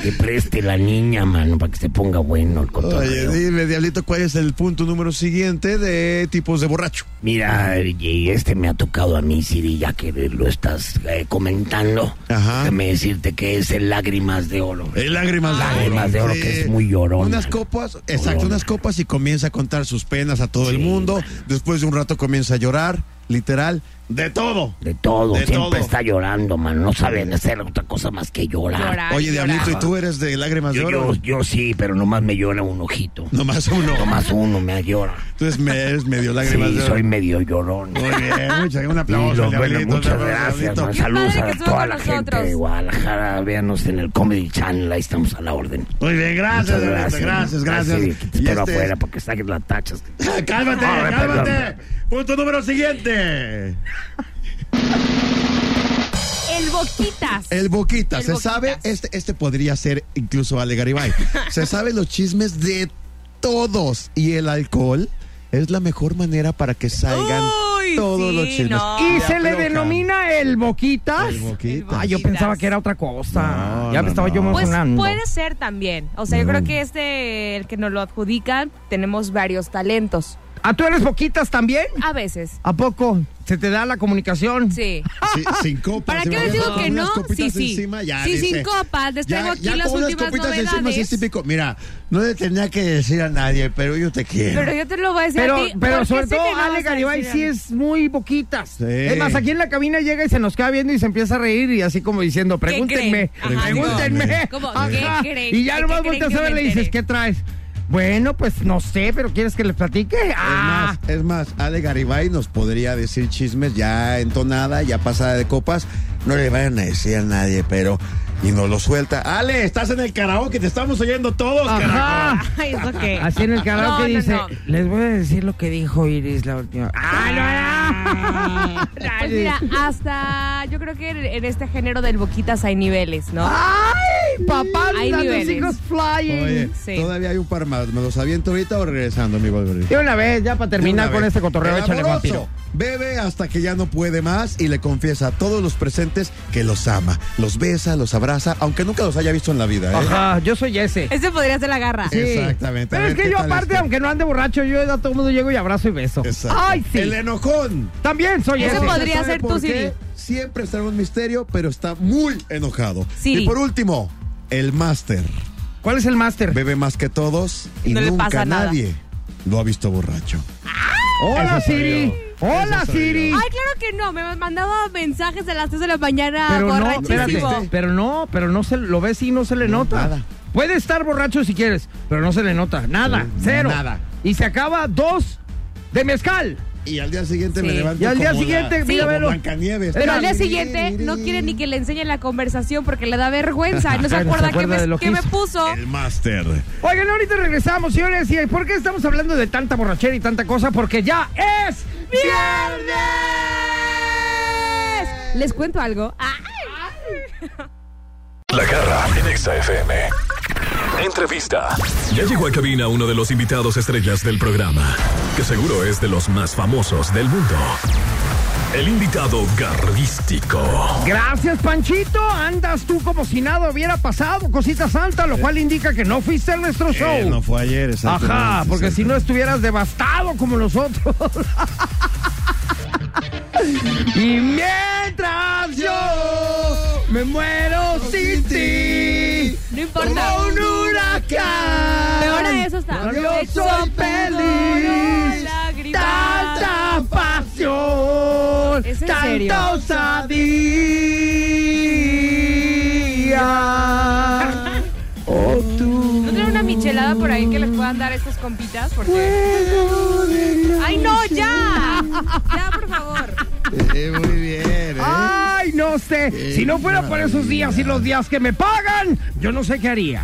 Que preste la niña, mano, para que se ponga bueno el Oye, cotorreo. dime, Diablito, ¿cuál es el punto número siguiente de tipos de borracho? Mira, y este me ha tocado a mí, Siri, ya que lo estás eh, comentando. Ajá. Déjame decirte que es el Lágrimas de Oro. El Eh, lágrimas de oro. Lágrimas de oro, Sí. que es muy llorón. Unas mano. copas, exacto, Llorón. unas copas y comienza a contar sus penas a todo el Sí, mundo. Después de un rato comienza a llorar, literal, de todo. De todo, De siempre todo. está llorando, mano. No saben hacer otra cosa más que llorar. Llorar. Ay, Oye, Diablito, ¿y lloraba. tú eres de lágrimas de Yo, oro? yo, yo sí, pero nomás me llora un ojito. Nomás uno. Nomás uno me llora. Entonces me eres medio lágrimas Sí, de oro. soy medio llorón. Muy bien, muchas, un Y aplauso, lo- al bueno, Diablito, muchas un aplauso, gracias. Diablito. man. Saludos padre que a estuvo toda con la gente nosotros. de Guadalajara. Véanos en el Comedy Channel. Ahí estamos a la orden. Muy bien, gracias, Muchas Diablito, gracias, gracias. Así, te Y espero este- afuera porque saques las tachas. Cálmate, A ver, cálmate. perdón. Punto número siguiente. El Boquitas. El Boquita, El se Boquitas. sabe, este, este podría ser incluso Ale Garibay. se sabe los chismes de todos y el alcohol es la mejor manera para que salgan Uy, todos sí, los chismes. no. Y Te se le aflojan. denomina el boquitas. El Boquitas. Ah, yo Boquitas. pensaba que era otra cosa. No, ya no, me estaba yo no. Pues emocionando. puede ser también. O sea, yo creo que este, el que nos lo adjudican, tenemos varios talentos. ¿Ah, tú eres boquitas también? A veces. ¿A poco? ¿Se te da la comunicación? Sí. Sí, sin copas. ¿Para qué les imagínate, digo con que unas no? copitas Sí, sí. encima, ya Sí, dice, sin copas, les traigo aquí ya las con unas últimas copitas Encima, sí, es novedades. típico. Mira, no le tenía que decir a nadie, pero yo te quiero. Pero yo te lo voy a decir Pero, a ti. pero porque sobre sé todo, que no vas Ale a Garibay decir a sí mí. es muy boquitas. Sí. Es más, aquí en la cabina llega y se nos queda viendo y se empieza a reír y así como diciendo, pregúntenme, creen? Ajá, pregúntenme. digo, como, Ajá. ¿qué creen? Y ya ¿Qué nomás creen volteas que a ver y me le dices, enteré? ¿qué traes? Bueno, pues no sé, pero ¿quieres que les platique? Es Ah, más, es más, Ale Garibay nos podría decir chismes ya entonada, ya pasada de copas. No le vayan a decir a nadie, pero. Y nos lo suelta. Ale, estás en el karaoke, te estamos oyendo todos, carajo. Ah. ajá. Ay, ¿eso qué? Así en el karaoke No, no, dice, no. les voy a decir lo que dijo Iris la última. ¡Ah, no! no! Pues mira, hasta yo creo que en- en este género del Boquitas hay niveles, ¿no? Ah. ¡Ay, papá! Hay dando niveles. hijos flying! Oye, Sí. todavía hay un par más. ¿Me los aviento ahorita o regresando, amigo Alberto? De una vez, ya para terminar De una con vez. este cotorreo, El échale amoroso vampiro. Bebe hasta que ya no puede más y le confiesa a todos los presentes que los ama. Los besa, los abraza, aunque nunca los haya visto en la vida. ¿eh? Ajá, yo soy ese. Ese podría ser la garra. Sí. Exactamente. A Pero es ver, ¿qué que yo tal aparte, está? aunque no ande borracho, yo a todo el mundo llego y abrazo y beso. Exacto. Ay, sí. El enojón. También soy Ese ese. podría- Este ¿Sabe ser por tú, qué? Siri. Siempre está en un misterio, pero está muy enojado. Siri. Y por último, el máster. ¿Cuál es el máster? Bebe más que todos y No le nunca pasa nada. nadie lo ha visto borracho. Hola, Eso soy Siri. yo. Hola, Eso soy Siri. Ay, claro que no. Me mandaba mensajes a las 3 de la mañana Pero no, espérate. borrachísimo. Pero no, pero no se lo ves y no se le No, nota. nada. Puede estar borracho si quieres, pero no se le nota. Nada, Sí, cero. nada. Y se acaba dos de mezcal. Y al día siguiente me Sí. levanto Y al día como siguiente, la, mira, como velo. Blancanieves. Pero al día Tiri, siguiente no tiri. quiere ni que le enseñe la conversación porque le da vergüenza. No se Bueno, acuerda, se acuerda que, me, de lo que que me hizo. puso. El máster. Oigan, ahorita regresamos, señores. ¿Y por qué estamos hablando de tanta borrachera y tanta cosa? Porque ya es ¡Viernes! ¿Les cuento algo? ¡Ay! La garra en Exa FM. Entrevista. Ya llegó a cabina uno de los invitados estrellas del programa, que seguro es de los más famosos del mundo. El invitado garrístico. Gracias, Panchito. Andas tú como si nada hubiera pasado, cosita santa, lo cual indica que no fuiste a nuestro show. Eh, no fue ayer, exactamente, Ajá, porque si no exactamente. estuvieras devastado como nosotros. y mientras yo me muero sin ti, No importa. como un huracán. Peor a eso está. Yo soy Explotó feliz. lágrimas. Tanta pasión. ¿Es en tanta serio? osadía. Oh, tú. ¿No tienen una michelada por ahí que les puedan dar a estos compitas? Porque... ¡Ay, no! ¡Ya! ¡Ya, por favor! Eh, muy bien, ¿eh? Ah, Ay, no sé. si no fuera por esos días y los días que me pagan, yo no sé qué haría.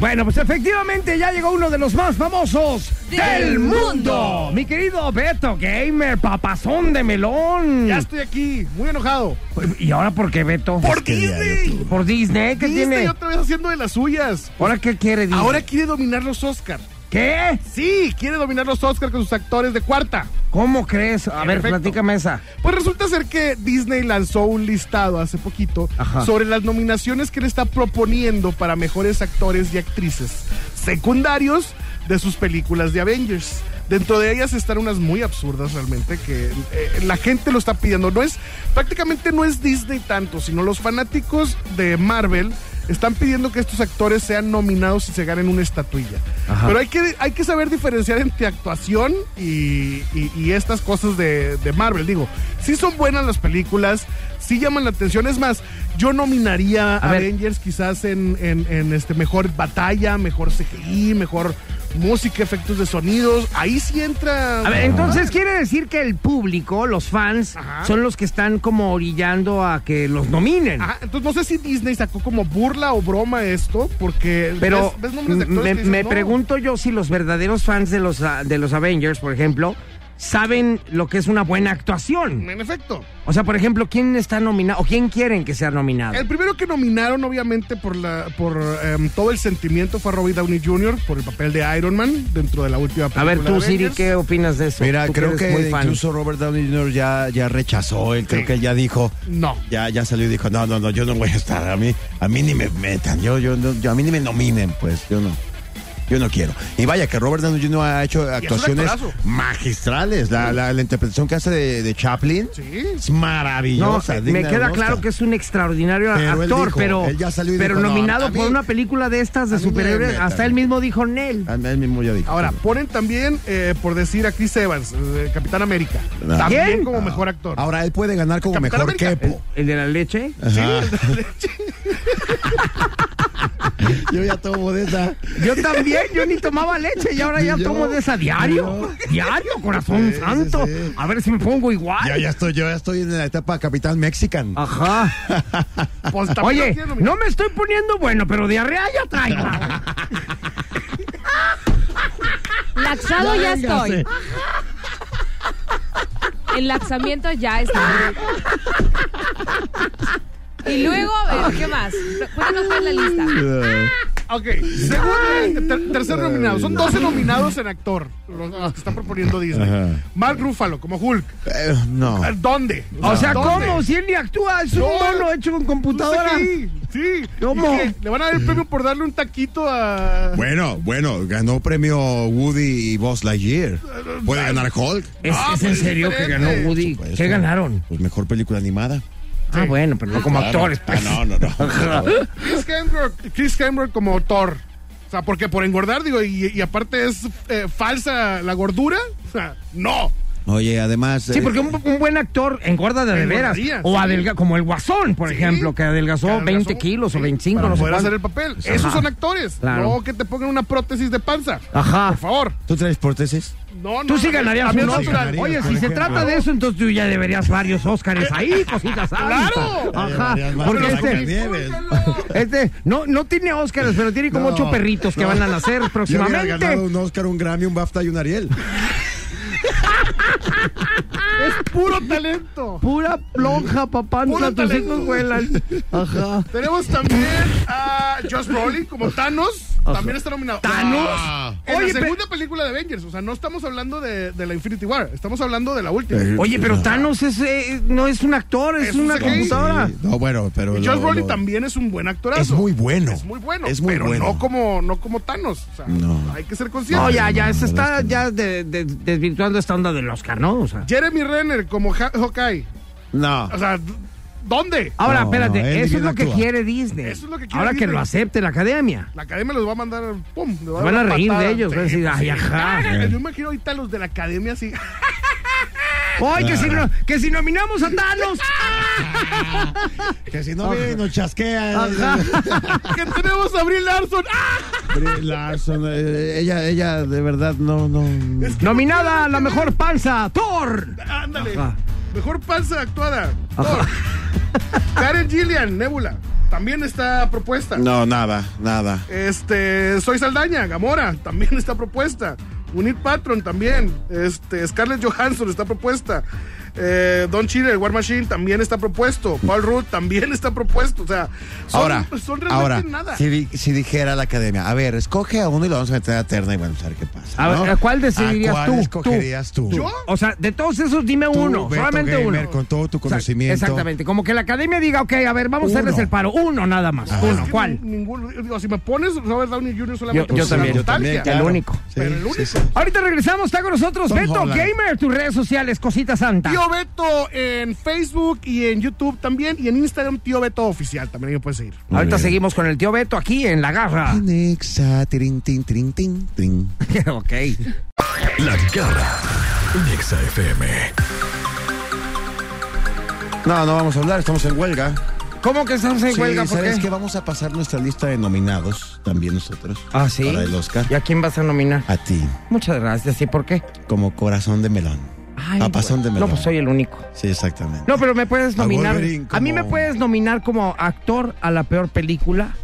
Bueno, pues efectivamente ya llegó uno de los más famosos del, Del mundo. mundo. Mi querido Beto Gamer, papazón de melón. Ya estoy aquí, muy enojado. ¿Y ahora por qué Beto? ¡Por que diario Disney! Por Disney, ¿qué Disney tiene? otra vez haciendo de las suyas. ¿Ahora qué quiere Disney? Ahora quiere dominar los Oscar. ¿Qué? Sí, quiere dominar los Oscars con sus actores de cuarta. ¿Cómo crees? A ver, Perfecto. platícame esa. Pues resulta ser que Disney lanzó un listado hace poquito Ajá. sobre las nominaciones que le está proponiendo para mejores actores y actrices secundarios de sus películas de Avengers. Dentro de ellas están unas muy absurdas realmente que eh, la gente lo está pidiendo. No es, prácticamente no es Disney tanto, sino los fanáticos de Marvel están pidiendo que estos actores sean nominados y se ganen una estatuilla. Ajá. Pero hay que, hay que saber diferenciar entre actuación y, y- y estas cosas de, de Marvel. Digo, sí son buenas las películas, sí llaman la atención. Es más, yo nominaría A a ver. Avengers quizás en, en- en, este mejor batalla, mejor CGI, mejor música, efectos de sonidos. Ahí sí entra. A ver, entonces quiere decir que el público, los fans, Ajá. son los que están como orillando a que los nominen. Ajá, Ah, entonces no sé si Disney sacó como burla o broma esto, porque Pero ves- ves nombres de actores me, que dices, me "No". pregunto yo si los verdaderos fans de los, ah, de los Avengers, por ejemplo, saben lo que es una buena actuación. En efecto. O sea, por ejemplo, ¿quién está nominado o quién quieren que sea nominado? El primero que nominaron, obviamente, por, la, por em, todo el sentimiento fue a Robbie Downey Jr. por el papel de Iron Man dentro de la última película. A ver, tú, de Siri, Avengers. ¿qué opinas de eso? Mira, Tú creo eres que muy fan. incluso Robert Downey Jr. ya, ya rechazó, él creo Sí. que él ya dijo, No. ya, ya salió y dijo, no, no, no, yo no voy a estar, a mí, a mí ni me metan, yo, yo, no- yo- a mí ni me nominen, pues, yo no. Yo no quiero. Y vaya que Robert Downey Jr. ha hecho actuaciones actorazo. magistrales. La, la- la interpretación que hace de, de Chaplin Sí. es maravillosa. No, digna me de queda un claro Oscar. que es un extraordinario Pero él actor, dijo, pero, él ya salió y pero dijo, no, nominado a mí- por una película de estas de a mí me superhéroes, metan. hasta él mismo dijo Nel. Ah, Él mismo ya dijo. Ahora, ponen también, eh, por decir, a Chris Evans, eh, Capitán América. No. También ¿Quién? como No. mejor actor. Ah. Ahora él puede ganar como Capitán mejor América. quepo. ¿El de la leche? Ajá. Yo ya tomo de esa. Yo también, yo ni tomaba leche y ahora ya Yo- tomo de esa diario. Diario, corazón Sí, sí, santo. sí. A ver si me pongo igual. Ya, ya estoy, yo ya estoy en la etapa Capitán Mexican. Ah. Ajá. Pues, también lo Oye, quieren nominar. no me estoy poniendo bueno, pero diarrea ya traigo. Laxado ya Véngase. estoy. El laxamiento ya está. Y luego, a ver, ¿qué más? Cuéntanos cuál es la lista. Eh, Ok, segundo, eh, ter- tercer nominado. Son 12 nominados en actor, los, los que está proponiendo Disney. Ajá. Mark Ruffalo como Hulk. eh, no. Ah. Eh, ¿Dónde? O sea, ¿dónde? ¿cómo? Si él ni actúa, es un No. mono hecho con computadora. Sí, sí. ¿Cómo? ¿Y qué? Le van a dar el premio por darle un taquito a... Bueno, bueno, ganó premio Woody y Buzz Lightyear. ¿Puede ganar Hulk? ¿Es, Ah, es en pues serio que ganó diferente. Woody? Por ¿Qué eso. ganaron? Pues mejor película animada. Ah, bueno, pero no como Claro. actores. Ah, pues. no, no, no. Chris Hemsworth, Chris Hemsworth como Thor. O sea, porque por engordar, digo, y, y aparte es eh, falsa la gordura. O sea, no. Oye, además. Sí, eh, porque un, un buen actor engorda de, de veras. Engordaría, O sí. adelga, como el Guasón, por Sí. ejemplo, que adelgazó Cada 20 razón, kilos o sí, 25, para no sé poder cuánto. hacer el papel. Esos son actores. Claro. No que te pongan una prótesis de panza. Ajá. Por favor. ¿Tú traes prótesis? No, no. Tú sí no, ganarías a mí un no, sí Oscar. natural. ganaría. Oye, por si se ejemplo. trata de eso, entonces tú ya deberías varios Óscares ahí, cositas altas. ¡Claro! Ajá. Ya llevarías Porque varios este, Óscares. este no, no tiene Óscares, pero tiene como No, ocho perritos que no. van a nacer Yo hubiera próximamente. ganado un Oscar, un Grammy, un BAFTA y un Ariel. Es puro talento. Pura lonja, papá, Puro tus talento. hijos vuelan. Ajá. Tenemos también a Josh Brolin como Thanos. También está nominado. ¿Thanos? Ah. En Oye, la pe- segunda película de Avengers. O sea, no estamos hablando de, de la Infinity War. Estamos hablando de la última. Eh, Oye, pero Thanos es, eh, no es un actor, es, Es un una CGI. computadora. Sí, No, bueno, pero. Y lo- Josh Brolin lo- también es un buen actorazo. Es muy bueno. Es muy bueno. Es muy pero bueno. no como, no como Thanos. O sea, No. hay que ser No, conscientes. ya, ya, no, se la está verdad es que ya de- de- desvirtuando esta onda del Oscar, ¿no? O sea. Jeremy Renner como Ja- Hawkeye. No. O sea, ¿dónde? Ahora, No, espérate, no, él eso es bien lo que actúa. quiere Disney. Eso es lo que quiere Ahora que Disney. lo acepte la academia. La academia los va a mandar. ¡Pum! le va Se van a dar una reír patada. de ellos, van a Sí, decir, pues, ay, sí. ajá. Yo me imagino ahorita los de la academia así. ¡Ay, que si, no- que si nominamos a Thanos! Que si Ah. no viene, nos chasquea. eh. que tenemos a Brie Larson. ¡Ah! Brie Larson, eh, ella, ella de verdad no, no. Nominada a la mejor panza, Thor. Ándale. Ajá. Mejor panza actuada. Thor. Karen Gillian, Nebula. También está propuesta. No, nada, nada. Este, Soy Saldaña, Gamora, también está propuesta. Unir Patron también. Este, Scarlett Johansson está propuesta. Eh, Don Chile, el War Machine, también está propuesto. Paul Rudd también está propuesto. O sea, son, ahora, son realmente ahora nada. Si, di- si dijera la academia, a ver, escoge a uno y lo vamos a meter a terna y vamos a ver qué pasa. A ver, ¿no? ¿a cuál decidirías ¿A cuál tú? escogerías tú? Tú. O sea, de todos esos, dime Tú, uno, Beto solamente Gamer, uno. Con todo tu O sea, conocimiento. Exactamente, como que la academia diga, ok, a ver, vamos a hacerles Uno. el paro. Uno nada más, uno, que ¿cuál? ni- ninguno. Digo, si me pones Robert Downey Jr. solamente Pues Yo- yo por la también, yo nostalgia. también, claro. El único. Pero el Sí, único. sí, sí. Ahorita regresamos, está con nosotros Tom Beto Holland. Gamer, tus redes sociales, cosita santa. Tío Beto en Facebook y en YouTube también. Y en Instagram, Tío Beto Oficial. También ahí me puedes seguir. Muy Ahorita bien. seguimos con el tío Beto aquí en La Garra. Nexa, tirin, tin, tirin, tin, tin. ok. La garra en Exa FM. No, no vamos a hablar, estamos en huelga. ¿Cómo que estamos en Sí, huelga? ¿Por ¿Sabes qué? qué? Vamos a pasar nuestra lista de nominados, también nosotros. Ah, sí. Para el Oscar. ¿Y a quién vas a nominar? A ti, Muchas gracias. ¿Y por qué? como corazón de melón. Ay, Papazón güey. de No, melón. pues soy el único. Sí, exactamente. No, pero me puedes A nominar. Wolverine A mí me como- puedes nominar como actor a la peor película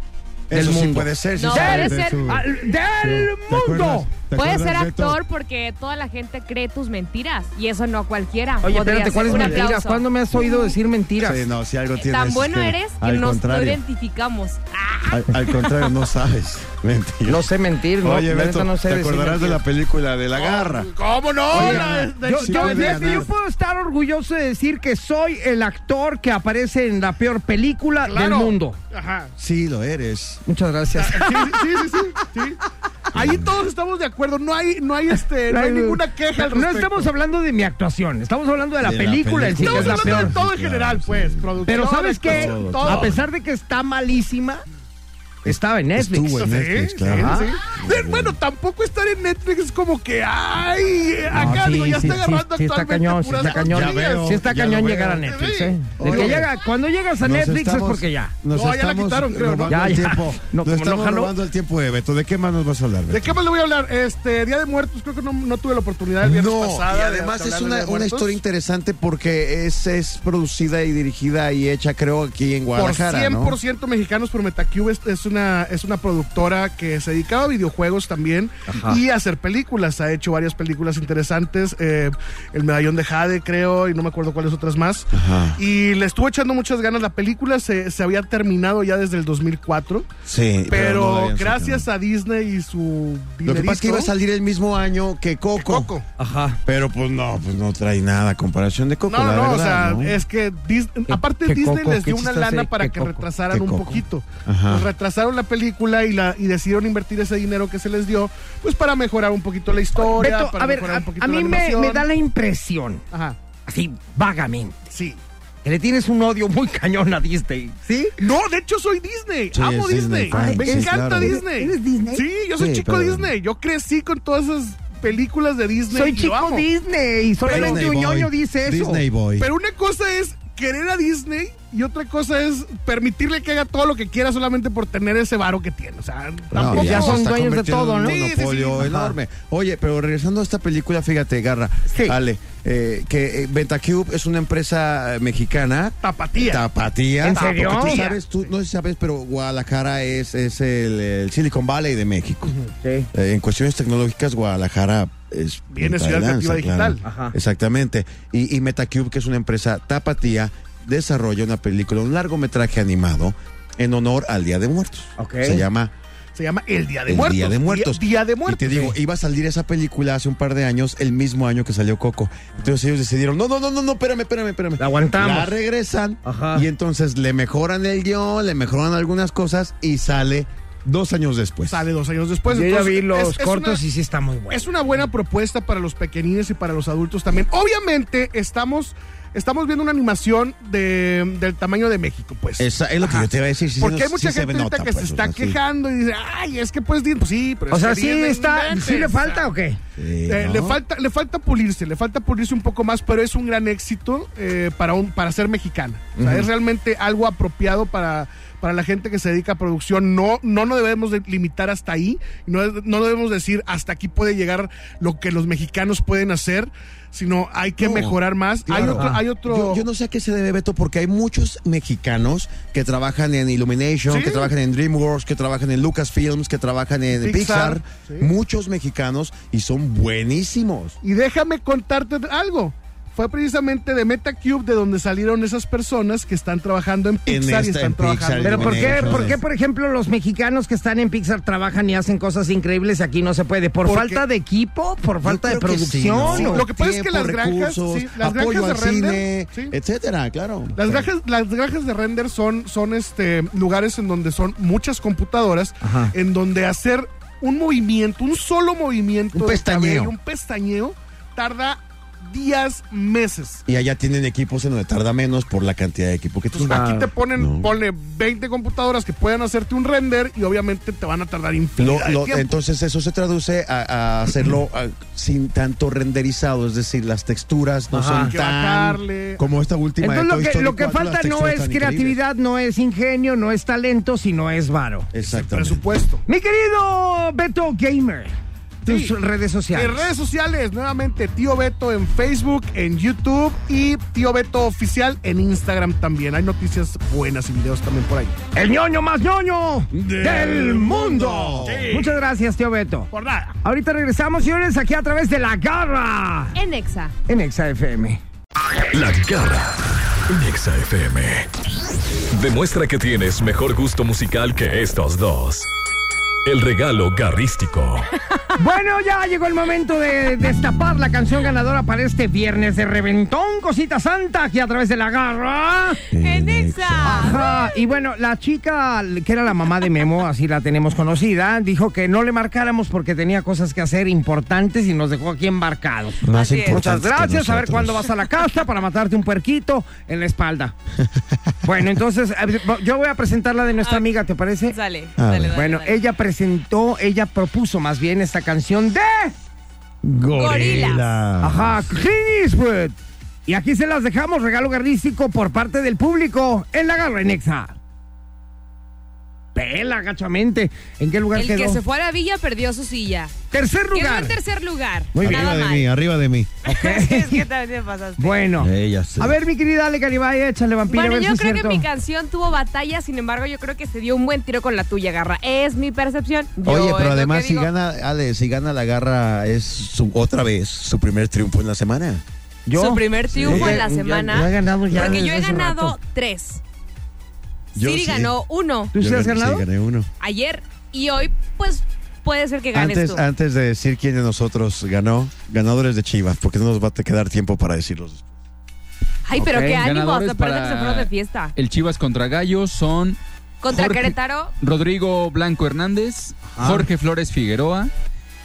del Eso sí mundo. puede ser. sí No, sale puede de ser. su- Al- ¡Del ¿Te mundo! acuerdas? ¿Te Puedes acuerdas, ser Beto? actor porque toda la gente cree tus mentiras y eso no cualquiera. Oye, Podría espérate, ser. ¿cuáles Un mentiras? aplauso. ¿Cuándo me has oído decir mentiras? Sí, no, si algo tienes. Tan bueno este, eres que al nos contrario, identificamos. al, al contrario, no sabes. Mentira. No sé mentir, no, Oye, la Beto, neta no sé te decir acordarás de Oh, la mentiras. película de la garra. ¿Cómo no? La- de- Yo, Sí yo- puede fíjate, ganar. yo puedo estar orgulloso de decir que soy el actor que aparece en la peor película claro. del mundo. Ajá. Sí, lo eres. Muchas gracias. Sí, sí, sí, sí, sí. Ahí todos estamos de acuerdo. No hay, no hay, este, no hay ninguna queja al No respecto. estamos hablando de mi actuación, estamos hablando de la De la película en sí, que película. es la Estamos hablando peor. de todo en Sí, general, claro, pues. sí. producción, Pero ¿sabes qué? actuación, todo. A pesar de que está malísima, estaba en Netflix. Estuvo en Sí, Netflix, sí, claro. sí. De- bueno, tampoco estar en Netflix es como que, ay, No, acá sí, digo, Ah, ya sí, está sí, agarrando sí, está actualmente cañón, sí puras está cañón. Ya veo, Sí está ya cañón lo llegar a veo. Netflix, Sí. ¿eh? El Oye. que llega, cuando llegas a Nos Netflix estamos- es porque ya. Nos No, ya la estamos quitaron, creo, ¿no? robando Ya, el ya. tiempo. No, como Nos no estamos jaló. robando el tiempo de Beto. ¿De qué más nos vas a hablar, Beto? ¿De qué más le voy a hablar? Este, Día de Muertos, creo que no, no tuve la oportunidad el viernes no, pasado. y de hablar además es de Día una, de una Muertos. historia interesante porque es, es producida y dirigida y hecha, creo, aquí en Por Guadalajara, ¿no? 100% mexicanos, por Metacube es, es una, es una productora que se dedicaba a videojuegos también y a hacer películas. Ha hecho varias películas interesantes, eh, El Medallón de Jade, creo, y no me acuerdo cuáles otras más. Ajá. Y le estuvo echando muchas ganas. La película se, se había terminado ya desde el 2004, Sí, pero, no la habían gracias sacado. a Disney y su Lo que pasa es que iba a dinerito, salir el mismo año que Coco. Coco. Ajá. Pero pues no, pues no trae nada a comparación de Coco, No, la no, no, o verdad, sea, ¿no? es que Disney- Qué- aparte qué Disney coco, les qué dio una chistoso, lana qué para que coco, retrasaran qué un coco. poquito. Ajá. Pues retrasaron la película y la y decidieron invertir ese dinero que se les dio, pues para mejorar un poquito la historia, Beto, para a ver, mejorar a, un poquito a mí la me, animación. me da la impresión, Ajá. así vagamente, Sí. que le tienes un odio muy cañón a Disney. ¿Sí? No, de hecho soy Disney, Sí, amo es Disney, Disney fan, me sí, encanta claro. Disney. ¿Eres Disney? Sí, yo soy Sí, chico pero- Disney, yo crecí con todas esas películas de Disney. y Soy lo chico amo. Disney y solamente un Disney Boy. ñoño dice eso. Disney Boy. Pero una cosa es querer a Disney y otra cosa es permitirle que haga todo lo que quiera solamente por tener ese varo que tiene. O sea, tampoco. ya se son está dueños de convirtiendo todo, en ¿no? Un Sí, sí, monopolio sí, ajá. enorme. Oye, pero regresando a esta película, fíjate, Garra, Sí. Ale, eh, que eh, Betacube es una empresa eh, mexicana. Tapatía. Tapatía. Ah, ¿En serio? Porque Tú sabes, tú no sé si sabes, pero Guadalajara es, es el, el Silicon Valley de México. Sí. Eh, en cuestiones tecnológicas, Guadalajara es. Viene punta ciudad de lanza, creativa claro. digital. Ajá. Exactamente. Y, y Metacube, que es una empresa tapatía, desarrolla una película, un largometraje animado en honor al Día de Muertos. Ok. Se llama Se llama El Día de El Muertos. Día de Muertos. Día, Día de Y Muertos. te digo, iba a salir esa película hace un par de años, el mismo año que salió Coco. Entonces ellos decidieron, no, no, no, no, no, espérame, espérame, espérame. La aguantamos. La regresan Ajá. y entonces le mejoran el guión, le mejoran algunas cosas y sale dos años después. Sale dos años después. Yo ya entonces, vi los Pues, es- es cortos una- y sí está muy bueno. Es una buena propuesta para los pequeñines y para los adultos también. Obviamente estamos, estamos viendo una animación de- del tamaño de México, pues. Esa- es lo que Ajá. yo te iba a decir. sí, Porque sí, hay sí mucha se gente ahorita nota, que pues, se está o sea, sí. quejando y dice, ay, es que pues, di- pues sí, pero o es sea, que sí Disney está, inventes". sí le falta o qué? Sí, Eh, ¿no? le, falta, le falta pulirse, le falta pulirse un poco más, pero es un gran éxito eh, para, un, para ser mexicana. O sea, es realmente algo apropiado para, para la gente que se dedica a producción. No, no nos debemos de limitar hasta ahí, no, no debemos decir hasta aquí puede llegar lo que los mexicanos pueden hacer, sino hay que No, mejorar más. Hay claro. Ah. otro... Hay otro Yo, yo no sé a qué se debe, Beto, porque hay muchos mexicanos que trabajan en Illumination, Sí. que trabajan en DreamWorks, que trabajan en Lucasfilms, que trabajan en Pixar, Pixar. sí. Muchos mexicanos y son buenísimos. Y déjame contarte algo. fue precisamente de MetaCube de donde salieron esas personas que están trabajando en En Pixar y esta, están en Pixar, trabajando. Pero en ¿por qué, Exacto. por qué, por ejemplo, los mexicanos que están en Pixar trabajan y hacen cosas increíbles aquí no se puede? ¿Por Porque- falta de equipo? ¿Por falta de Yo creo que sí, producción? ¿no? ¿O- Lo que pasa es que Tiempo, las granjas, recursos, sí, las apoyo granjas de al render, cine, sí. etcétera, claro. Las granjas, las granjas de render son, son este, lugares en donde son muchas computadoras, Ajá. en donde hacer un movimiento, un solo movimiento, Un de pestañeo. cabello, un pestañeo, tarda días, meses. Y allá tienen equipos en donde tarda menos por la cantidad de equipo que Entonces, tienen. aquí te ponen, No. ponle 20 computadoras que puedan hacerte un render y obviamente te van a tardar Lo- infinidad de lo- tiempo. entonces eso se traduce a, a hacerlo a- sin tanto renderizado, es decir, las texturas no Ajá. son Que tan bajarle. como esta última. de Entonces lo Toy que, Story lo que 4, las falta no texturas es tan increíbles. creatividad, no es ingenio, no es talento, sino es varo. Exactamente. presupuesto. Mi querido Beto Gamer, tus Sí. redes sociales. En redes sociales, nuevamente, Tío Beto en Facebook, en YouTube y Tío Beto Oficial en Instagram también. Hay noticias buenas y videos también por ahí. El ñoño más ñoño del, Del mundo. mundo. Sí. Muchas gracias, tío Beto. Por nada. Ahorita regresamos, señores, aquí a través de La Garra En Exa. en Exa FM. La Garra en Exa FM. Demuestra que tienes mejor gusto musical que estos dos. El regalo garrístico. Bueno, ya llegó el momento de destapar la canción ganadora para este viernes de Reventón, Cosita Santa, aquí a través de La Garra. En Exa. Ajá, y bueno, la chica que era la mamá de Memo, así la tenemos conocida, dijo que no le marcáramos porque tenía cosas que hacer importantes y nos dejó aquí embarcados. Más Así es. Muchas importantes que gracias, a ver nosotros. cuándo vas a la casa para matarte un puerquito en la espalda. Bueno, entonces a ver, yo voy a presentar la de nuestra amiga, ¿te parece? Sale. Ah, Ah, dale, dale, Bueno, dale. ella presentó, ella propuso más bien esta canción de... Gorilas. Ajá, Clint Eastwood. Y aquí se las dejamos, regalo garrístico por parte del público en la garra en Exa. Pela, gachamente. ¿En qué lugar El quedó? que se fue a la villa perdió su silla. Tercer Quedó lugar. en tercer lugar. Muy bien. Nada mal. arriba de mí. es que también te pasaste. Bueno. Ella sí. A ver, mi querida Ale Garibay, échale vampiro. Bueno, a ver yo si es creo que cierto. mi canción tuvo batalla, sin embargo, yo creo que se dio un buen tiro con la tuya, Garra. Es mi percepción. Yo Oye, es lo pero que además si digo. gana, Ale, si gana la garra es su, otra vez su primer triunfo en la semana. Yo- Su primer triunfo Yo en la ya- ya- semana. yo he ganado ya porque yo desde he hace ganado rato. tres. Yo Siri sí. ganó uno ¿Tú sí Yo has gané- ganado? gané uno. ayer y hoy, pues puede ser que ganes Antes, ah, tú. antes de decir quién de nosotros ganó, ganadores de Chivas, porque no nos va a te- quedar tiempo para decirlos. Ay, pero Ok. qué ánimo, Ganadores hasta parece que se para fueron de fiesta. El Chivas contra Gallos son Contra Jorge- Querétaro, Rodrigo Blanco Hernández, Jorge Flores Figueroa,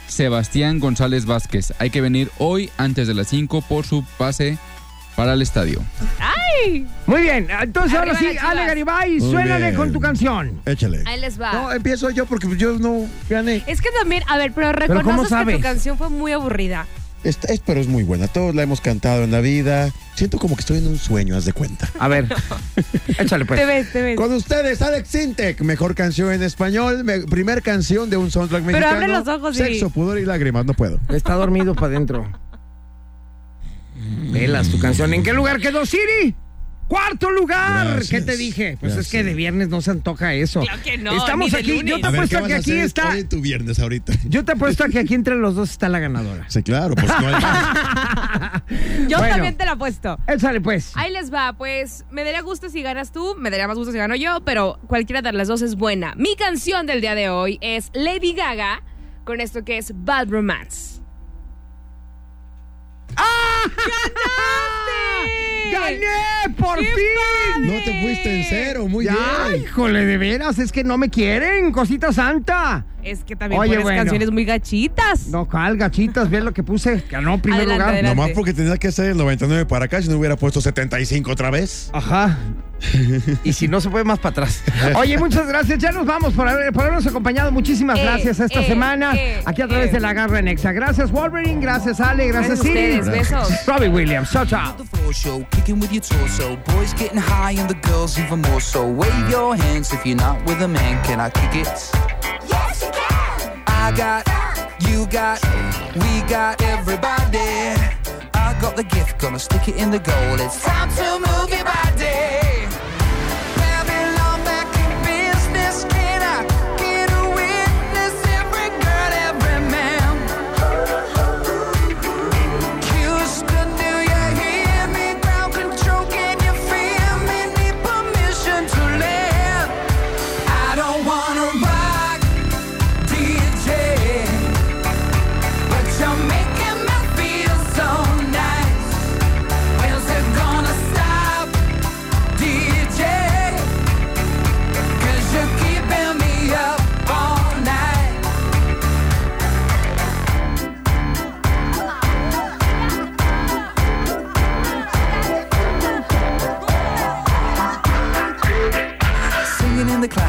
Sebastián González Vázquez. Hay que venir hoy antes de las 5 por su pase para el estadio. Muy bien, entonces Arriba ahora sí, las chivas. Ale Garibay, Muy suénale bien. con tu canción. Échale. ahí les va. No, empiezo yo porque yo no gané. es que también, a ver, pero cómo reconoces que sabes? tu canción fue muy aburrida. Esta- es- pero es muy buena. Todos la hemos cantado en la vida. Siento como que estoy en un sueño, haz de cuenta. Ah. A ver, échale pues. Te ves, te ves. Con ustedes, Alex Sintec, mejor canción en español, me- primer canción de un soundtrack mexicano. abre los ojos y- Sexo, pudor y lágrimas, no puedo. Está dormido para adentro. Velas tu canción. ¿En qué lugar quedó Siri? ¡Cuarto lugar! Gracias. ¿Qué te dije? Pues es Gracias. que de viernes no se antoja eso. Claro que no, Estamos ni de aquí. lunes. Yo te A ver, apuesto ¿qué a vas que a aquí hacer está. hoy en tu viernes ahorita? Yo te apuesto a que aquí entre los dos está la ganadora. Sí, claro, pues no hay más. Yo Bueno. también te la puesto. Échale pues. Ahí les va, pues me daría gusto si ganas tú, me daría más gusto si gano yo, pero cualquiera de las dos es buena. Mi canción del día de hoy es Lady Gaga con esto que es Bad Romance. ¡Ah! ¡Gané! ¡Por ¡Qué pues. fin! No te fuiste en cero, muy Ya, bien. híjole, de veras, es que no me quieren, cosita santa. Es que también Oye, pones bueno. canciones muy gachitas. No, cal, gachitas, ve lo que puse. Ganó primer Adelante, lugar. adelante. Nomás porque tenía que hacer el 99 para acá, si no hubiera puesto 75 otra vez. Ajá. Y si no se puede más para atrás. Oye, muchas gracias. Ya nos vamos por, haber- por habernos acompañado. Muchísimas Eh, gracias esta eh, semana. eh, aquí a través eh. de la garra en Exa. Gracias, Wolverine. Gracias, Ale. Gracias Gracias, a Siri. ustedes, besos. Robbie Williams. Chao, chao. The floor show, kicking with your torso. Boys getting high and the girls even more so. Wave your hands if you're not with a man. Can I kick it? Yes, you can. I got, you got, we got everybody. I got the gift, gonna stick it in the goal. It's time to move your body. Babylon back in business. Can I get a witness? Every girl, every man. Houston, do you hear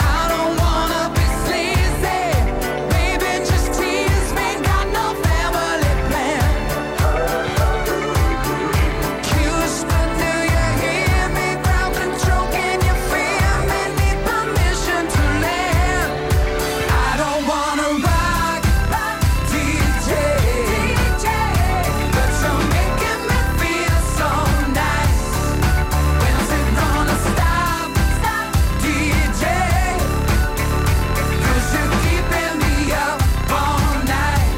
I don't wanna be sleazy. Baby, just tease me. Got no family plan. Cues when do you hear me? Ground control, can you feel me? Need permission to land. I don't wanna rock, rock, DJ. But you're making me feel so nice. When's it gonna stop, stop, DJ? 'Cause you're keeping me up all night.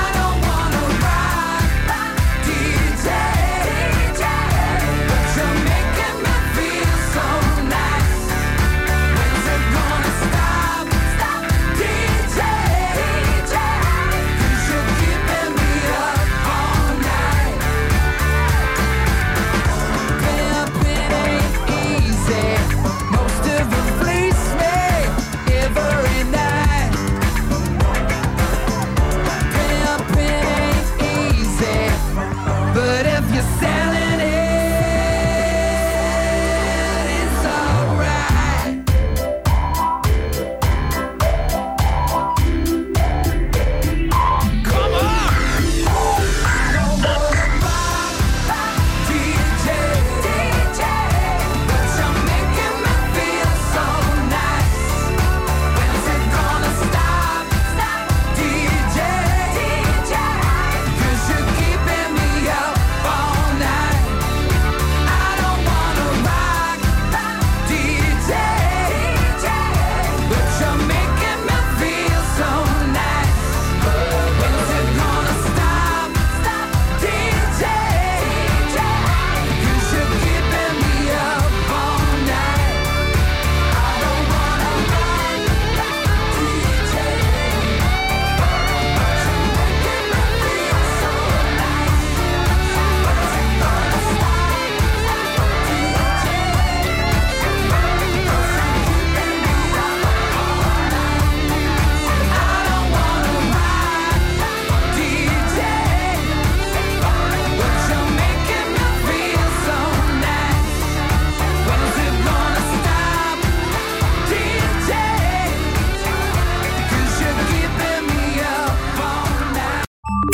I don't wanna rock, rock, DJ. But you're making me feel so nice. When's it gonna stop, stop, DJ? 'Cause you're keeping me up all night.